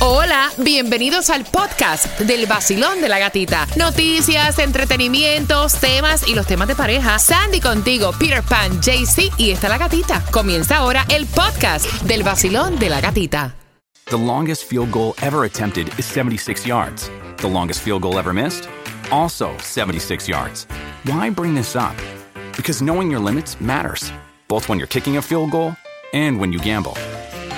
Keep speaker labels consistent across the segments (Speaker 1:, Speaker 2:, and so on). Speaker 1: Hola, bienvenidos al podcast del vacilón de la gatita. Noticias, entretenimientos, temas y los temas de pareja. Sandy contigo, Peter Pan, JC y está la gatita. Comienza ahora el podcast del vacilón de la gatita.
Speaker 2: The longest field goal ever attempted is 76 yards. The longest field goal ever missed? Also 76 yards. Why bring this up? Because knowing your limits matters, both when you're kicking a field goal and when you gamble.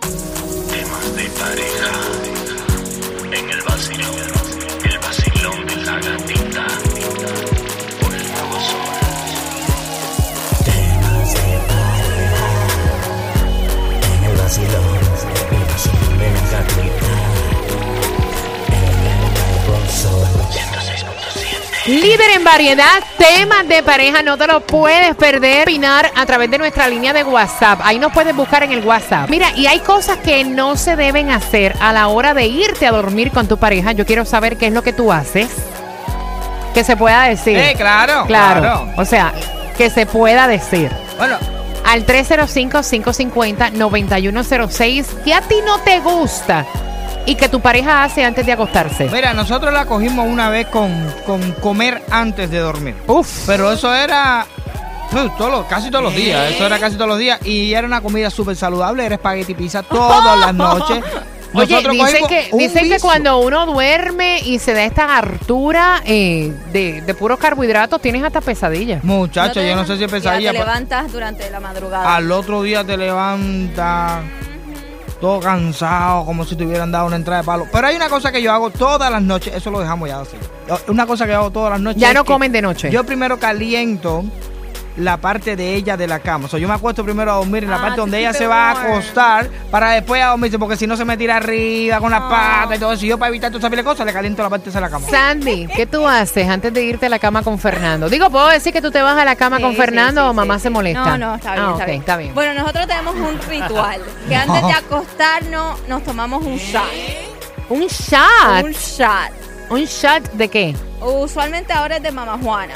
Speaker 3: Temas de pareja. En el vacilón. El vacilón de la gatita. Por el nuevo sol.
Speaker 1: Líder en variedad, temas de pareja, no te lo puedes perder. Opinar a través de nuestra línea de WhatsApp. Ahí nos puedes buscar en el WhatsApp. Mira, y hay cosas que no se deben hacer a la hora de irte a dormir con tu pareja. Yo quiero saber qué es lo que tú haces. Que se pueda decir.
Speaker 4: Eh, claro,
Speaker 1: claro.
Speaker 4: claro.
Speaker 1: O sea, que se pueda decir.
Speaker 4: Bueno,
Speaker 1: Al 305-550-9106, que a ti no te gusta y que tu pareja hace antes de acostarse.
Speaker 4: mira, nosotros la cogimos una vez con, con comer antes de dormir.
Speaker 1: Uf.
Speaker 4: Pero eso era uh, todos los- casi todos los días. Eso era casi todos los días. Y era una comida súper saludable. Era espagueti y pizza todas las noches.
Speaker 1: Oye,
Speaker 4: Nosotros
Speaker 1: dicen
Speaker 4: cogimos
Speaker 1: que,
Speaker 4: un
Speaker 1: dicen que
Speaker 4: vicio.
Speaker 1: cuando uno duerme y se da esta hartura eh, de, de puros carbohidratos, tienes hasta pesadillas.
Speaker 4: Muchacho,
Speaker 5: te
Speaker 4: yo no sé
Speaker 5: dejan-
Speaker 4: si Ah,
Speaker 5: ya
Speaker 4: pesadilla.
Speaker 5: Te
Speaker 4: pero
Speaker 5: levantas durante la madrugada.
Speaker 4: Al otro día te levantas todo cansado, como si te hubieran dado una entrada de palo. Pero hay una cosa que yo hago todas las noches. Eso lo dejamos ya así. Una cosa que yo hago todas las noches.
Speaker 1: Ya
Speaker 4: es
Speaker 1: no
Speaker 4: que-
Speaker 1: comen de noche.
Speaker 4: Yo primero caliento la parte de ella de la cama. O sea, yo me acuesto primero a dormir en la
Speaker 5: Ah,
Speaker 4: parte
Speaker 5: to
Speaker 4: donde ella
Speaker 5: keep
Speaker 4: se
Speaker 5: it
Speaker 4: va a
Speaker 5: warm.
Speaker 4: acostar para después a dormirse, porque si no se me tira arriba con las
Speaker 5: Ah.
Speaker 4: patas y todo eso. Y yo para evitar toda esa pila de cosas, le caliento la parte esa de la cama.
Speaker 1: Sandy, ¿qué tú haces antes de irte a la cama con Fernando? Digo, ¿puedo decir que tú te vas a la cama
Speaker 5: Sí,
Speaker 1: con
Speaker 5: sí,
Speaker 1: Fernando
Speaker 5: sí,
Speaker 1: o mamá
Speaker 5: sí,
Speaker 1: se
Speaker 5: sí.
Speaker 1: molesta?
Speaker 5: No, no, está bien,
Speaker 1: Ah,
Speaker 5: está,
Speaker 1: ok,
Speaker 5: bien.
Speaker 1: está bien.
Speaker 5: Bueno, nosotros tenemos un ritual. Que antes de acostarnos, nos tomamos un shot.
Speaker 1: un shot.
Speaker 5: Un shot.
Speaker 1: ¿Un shot de qué?
Speaker 5: Usualmente ahora es de Mamá Juana.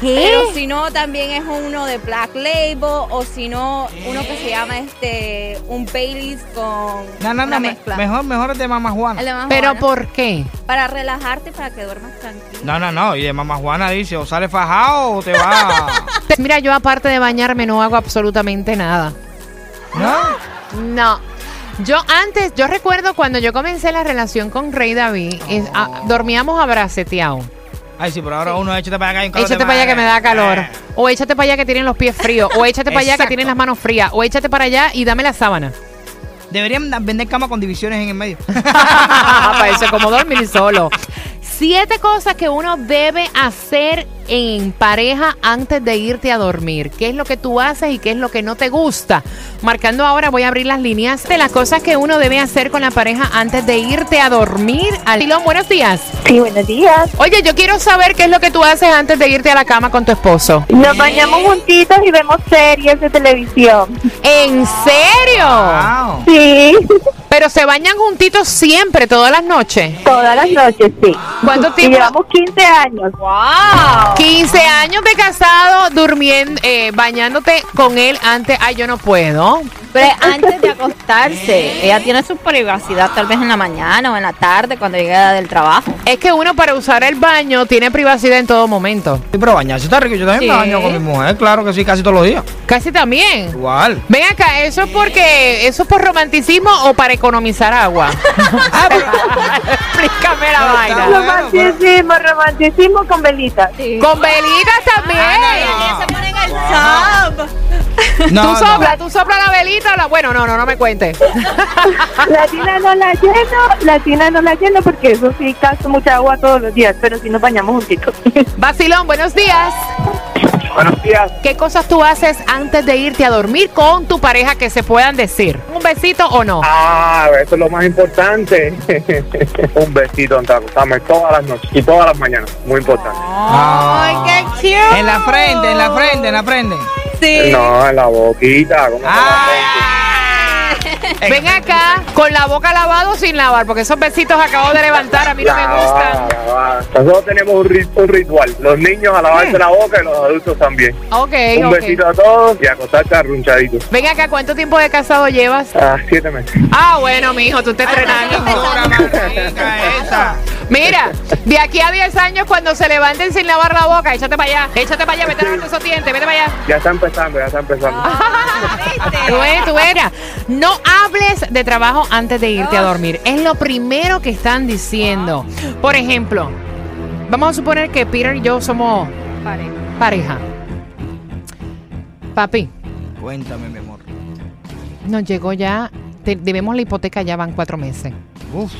Speaker 5: Pero si no, también es uno de Black Label o si no, uno que se llama este un Baileys con
Speaker 4: No, no,
Speaker 5: una
Speaker 4: no, me-
Speaker 5: mezcla.
Speaker 4: mejor, mejor es de mamá Juana.
Speaker 5: El de Mamá
Speaker 1: ¿Pero
Speaker 5: Juana.
Speaker 1: por qué?
Speaker 5: Para relajarte, para que duermas tranquilo.
Speaker 4: No, no, no. Y de mamá Juana dice, o sale fajado o te va.
Speaker 1: Mira, yo aparte de bañarme no hago absolutamente nada.
Speaker 4: ¿No?
Speaker 1: No. Yo antes, yo recuerdo cuando yo comencé la relación con Rey David, es- a- dormíamos abraceteado.
Speaker 4: Ay, sí, pero ahora uno échate para acá y un calor
Speaker 1: Échate
Speaker 4: te
Speaker 1: para allá que me da calor.
Speaker 4: Eh.
Speaker 1: O échate para allá que tienen los pies fríos. O échate para allá que
Speaker 4: Exacto.
Speaker 1: tienen las manos frías. O échate para allá y dame la sábana.
Speaker 4: Deberían da- vender cama con divisiones en el medio.
Speaker 1: para eso, como dormir solo. Siete cosas que uno debe hacer en pareja antes de irte a dormir. ¿Qué es lo que tú haces y qué es lo que no te gusta? Marcando ahora, voy a abrir las líneas de las cosas que uno debe hacer con la pareja antes de irte a dormir. Alilón, buenos días.
Speaker 6: Sí, buenos días.
Speaker 1: Oye, yo quiero saber qué es lo que tú haces antes de irte a la cama con tu esposo.
Speaker 6: Nos bañamos juntitos y vemos series de televisión.
Speaker 1: ¿En serio?
Speaker 6: Ah.
Speaker 4: Wow.
Speaker 6: Sí,
Speaker 1: Pero se bañan juntitos siempre, todas las noches.
Speaker 6: todas las noches, sí.
Speaker 1: ¿Cuánto
Speaker 6: Y
Speaker 1: tiempo?
Speaker 6: llevamos 15 años.
Speaker 5: ¡Wow!
Speaker 1: 15 años de casado, durmiendo, eh, bañándote con él antes. Ay, yo no puedo.
Speaker 5: Pero es antes de acostarse, ella tiene su privacidad tal vez en la mañana o en la tarde cuando llega del trabajo.
Speaker 1: Es que uno para usar el baño tiene privacidad en todo momento.
Speaker 4: Sí, pero bañarse está rico. Yo también me
Speaker 1: Sí.
Speaker 4: baño con mi mujer, claro que sí, casi todos los días.
Speaker 1: Casi también.
Speaker 4: Igual.
Speaker 1: Ven acá, ¿eso es porque eso es por romanticismo o para economizar agua?
Speaker 4: Ah, pero-
Speaker 1: Explícame la
Speaker 4: No,
Speaker 1: vaina.
Speaker 4: está- bueno,
Speaker 6: romanticismo, romanticismo con velitas.
Speaker 1: Con velitas también.
Speaker 4: Ah,
Speaker 5: Se ponen el sub.
Speaker 4: no,
Speaker 1: Tú
Speaker 4: no.
Speaker 1: sopla, tú sopla la velita. o La... Bueno, no, no, no me cuentes.
Speaker 6: Latina no la lleno, latina no la lleno porque eso sí gasto mucha agua todos los días, pero sí nos bañamos juntitos.
Speaker 1: Basilón, buenos días.
Speaker 7: Buenos días.
Speaker 1: ¿Qué cosas tú haces antes de irte a dormir con tu pareja que se puedan decir? ¿Un besito o no?
Speaker 7: Ah, eso es lo más importante. Un besito entre acostamos todas las noches y todas las mañanas. Muy importante.
Speaker 4: Ah.
Speaker 5: cute!
Speaker 4: En la frente, en la frente, en la frente.
Speaker 5: Sí.
Speaker 7: No, en la boquita. ¿cómo se la
Speaker 4: Ah.
Speaker 1: Ven acá, con la boca lavada o sin lavar, porque esos besitos acabo de levantar a mí no me
Speaker 4: Ah.
Speaker 1: gustan.
Speaker 7: lavada. Nosotros tenemos un, rit- un ritual. Los niños a lavarse la boca y los adultos también.
Speaker 1: Mm. Ok,
Speaker 7: un
Speaker 1: ok.
Speaker 7: besito a todos y acostarse arrunchaditos.
Speaker 1: Ven acá, ¿cuánto tiempo de casado llevas?
Speaker 7: Ah, siete meses.
Speaker 1: Ah, bueno, mijo, tú te estrenando.
Speaker 4: Doctora Margarita, esa.
Speaker 1: Mira, de aquí a 10 años, cuando se levanten sin lavar la boca, échate para allá, échate para allá, vete a lavarte esos dientes, vete para allá.
Speaker 7: Ya está empezando, ya está
Speaker 1: Ah.
Speaker 7: empezando.
Speaker 1: Tú eres, tú eras. No hables de trabajo antes de irte a dormir. Es lo primero que están diciendo. Por ejemplo, vamos a suponer que Peter y yo somos pareja. Papi,
Speaker 4: Cuéntame, mi amor.
Speaker 1: nos llegó ya, te- debemos la hipoteca, ya van cuatro meses.
Speaker 4: Uf.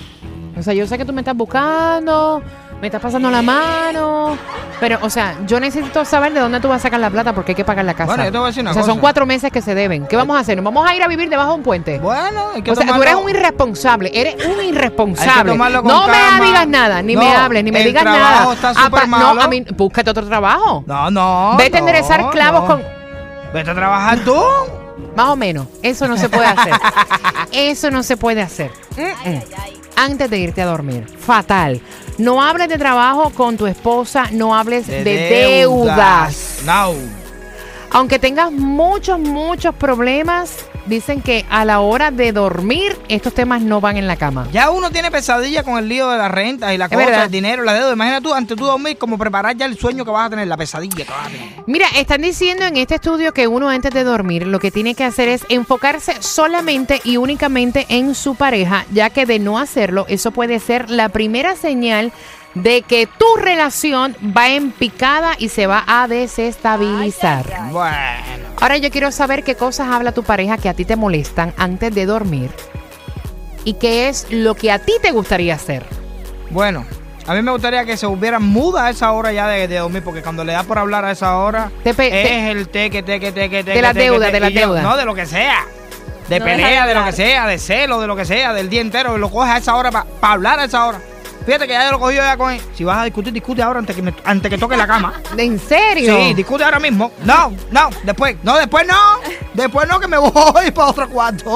Speaker 1: O sea, yo sé que tú me estás buscando, me estás pasando la mano, pero, o sea, yo necesito saber de dónde tú vas a sacar la plata porque hay que pagar la casa.
Speaker 4: Bueno, yo te voy a decir una
Speaker 1: o sea, son
Speaker 4: cosa. Eh.
Speaker 1: cuatro meses que se deben. ¿Qué vamos a hacer? ¿Nos vamos a ir a vivir debajo de un puente?
Speaker 4: Bueno, hay que
Speaker 1: O sea, tú
Speaker 4: tomarlo-
Speaker 1: eres un irresponsable, eres un irresponsable.
Speaker 4: Hay que tomarlo con
Speaker 1: no
Speaker 4: calma.
Speaker 1: me digas nada, ni
Speaker 4: No,
Speaker 1: me hables, ni me
Speaker 4: el
Speaker 1: digas nada.
Speaker 4: trabajo está
Speaker 1: Ah,
Speaker 4: súper
Speaker 1: pa-
Speaker 4: malo.
Speaker 1: No, a mí, búscate otro trabajo.
Speaker 4: No, no.
Speaker 1: Vete a
Speaker 4: no,
Speaker 1: enderezar clavos
Speaker 4: no.
Speaker 1: con
Speaker 4: Vete a trabajar tú.
Speaker 1: más o menos. Eso no se puede hacer. Eso no se puede hacer. Mm-mm. Antes de irte a dormir. Fatal. No hables de trabajo con tu esposa, no hables de, deudas.
Speaker 4: No.
Speaker 1: Aunque tengas muchos, muchos problemas, dicen que a la hora de dormir estos temas no van en la cama.
Speaker 4: Ya uno tiene pesadilla con el lío de las rentas y la cosa,
Speaker 1: verdad.
Speaker 4: el dinero, la deuda. Imagina tú, antes tú dormir, como preparar ya el sueño que vas a tener, la pesadilla que vas a tener.
Speaker 1: Mira, están diciendo en este estudio que uno antes de dormir lo que tiene que hacer es enfocarse solamente y únicamente en su pareja, ya que de no hacerlo, eso puede ser la primera señal de que tu relación va en picada y se va a desestabilizar.
Speaker 4: Bueno.
Speaker 1: Ahora yo quiero saber qué cosas habla tu pareja que a ti te molestan antes de dormir y qué es lo que a ti te gustaría hacer.
Speaker 4: Bueno. A mí me gustaría que se hubiera muda a esa hora ya de, de dormir, porque cuando le da por hablar a esa hora,
Speaker 1: Te pe-
Speaker 4: es
Speaker 1: te-
Speaker 4: el teque, teque, teque, teque.
Speaker 1: De la
Speaker 4: teque,
Speaker 1: deuda,
Speaker 4: teque,
Speaker 1: de la
Speaker 4: y yo-
Speaker 1: deuda.
Speaker 4: No, de lo que sea. De
Speaker 5: No deja
Speaker 4: pelea,
Speaker 5: de
Speaker 4: de lo que
Speaker 5: hablar.
Speaker 4: sea, de celo, de lo que sea, del día entero. Y lo coges a esa hora para hablar a esa hora. Fíjate que ya yo lo cogí yo ya con él. Si vas a discutir, discute ahora antes que, me- antes que toque la cama.
Speaker 1: ¿En serio?
Speaker 4: Sí, discute ahora mismo. No, no, después. No, después no. Después no, que me voy para otro cuarto.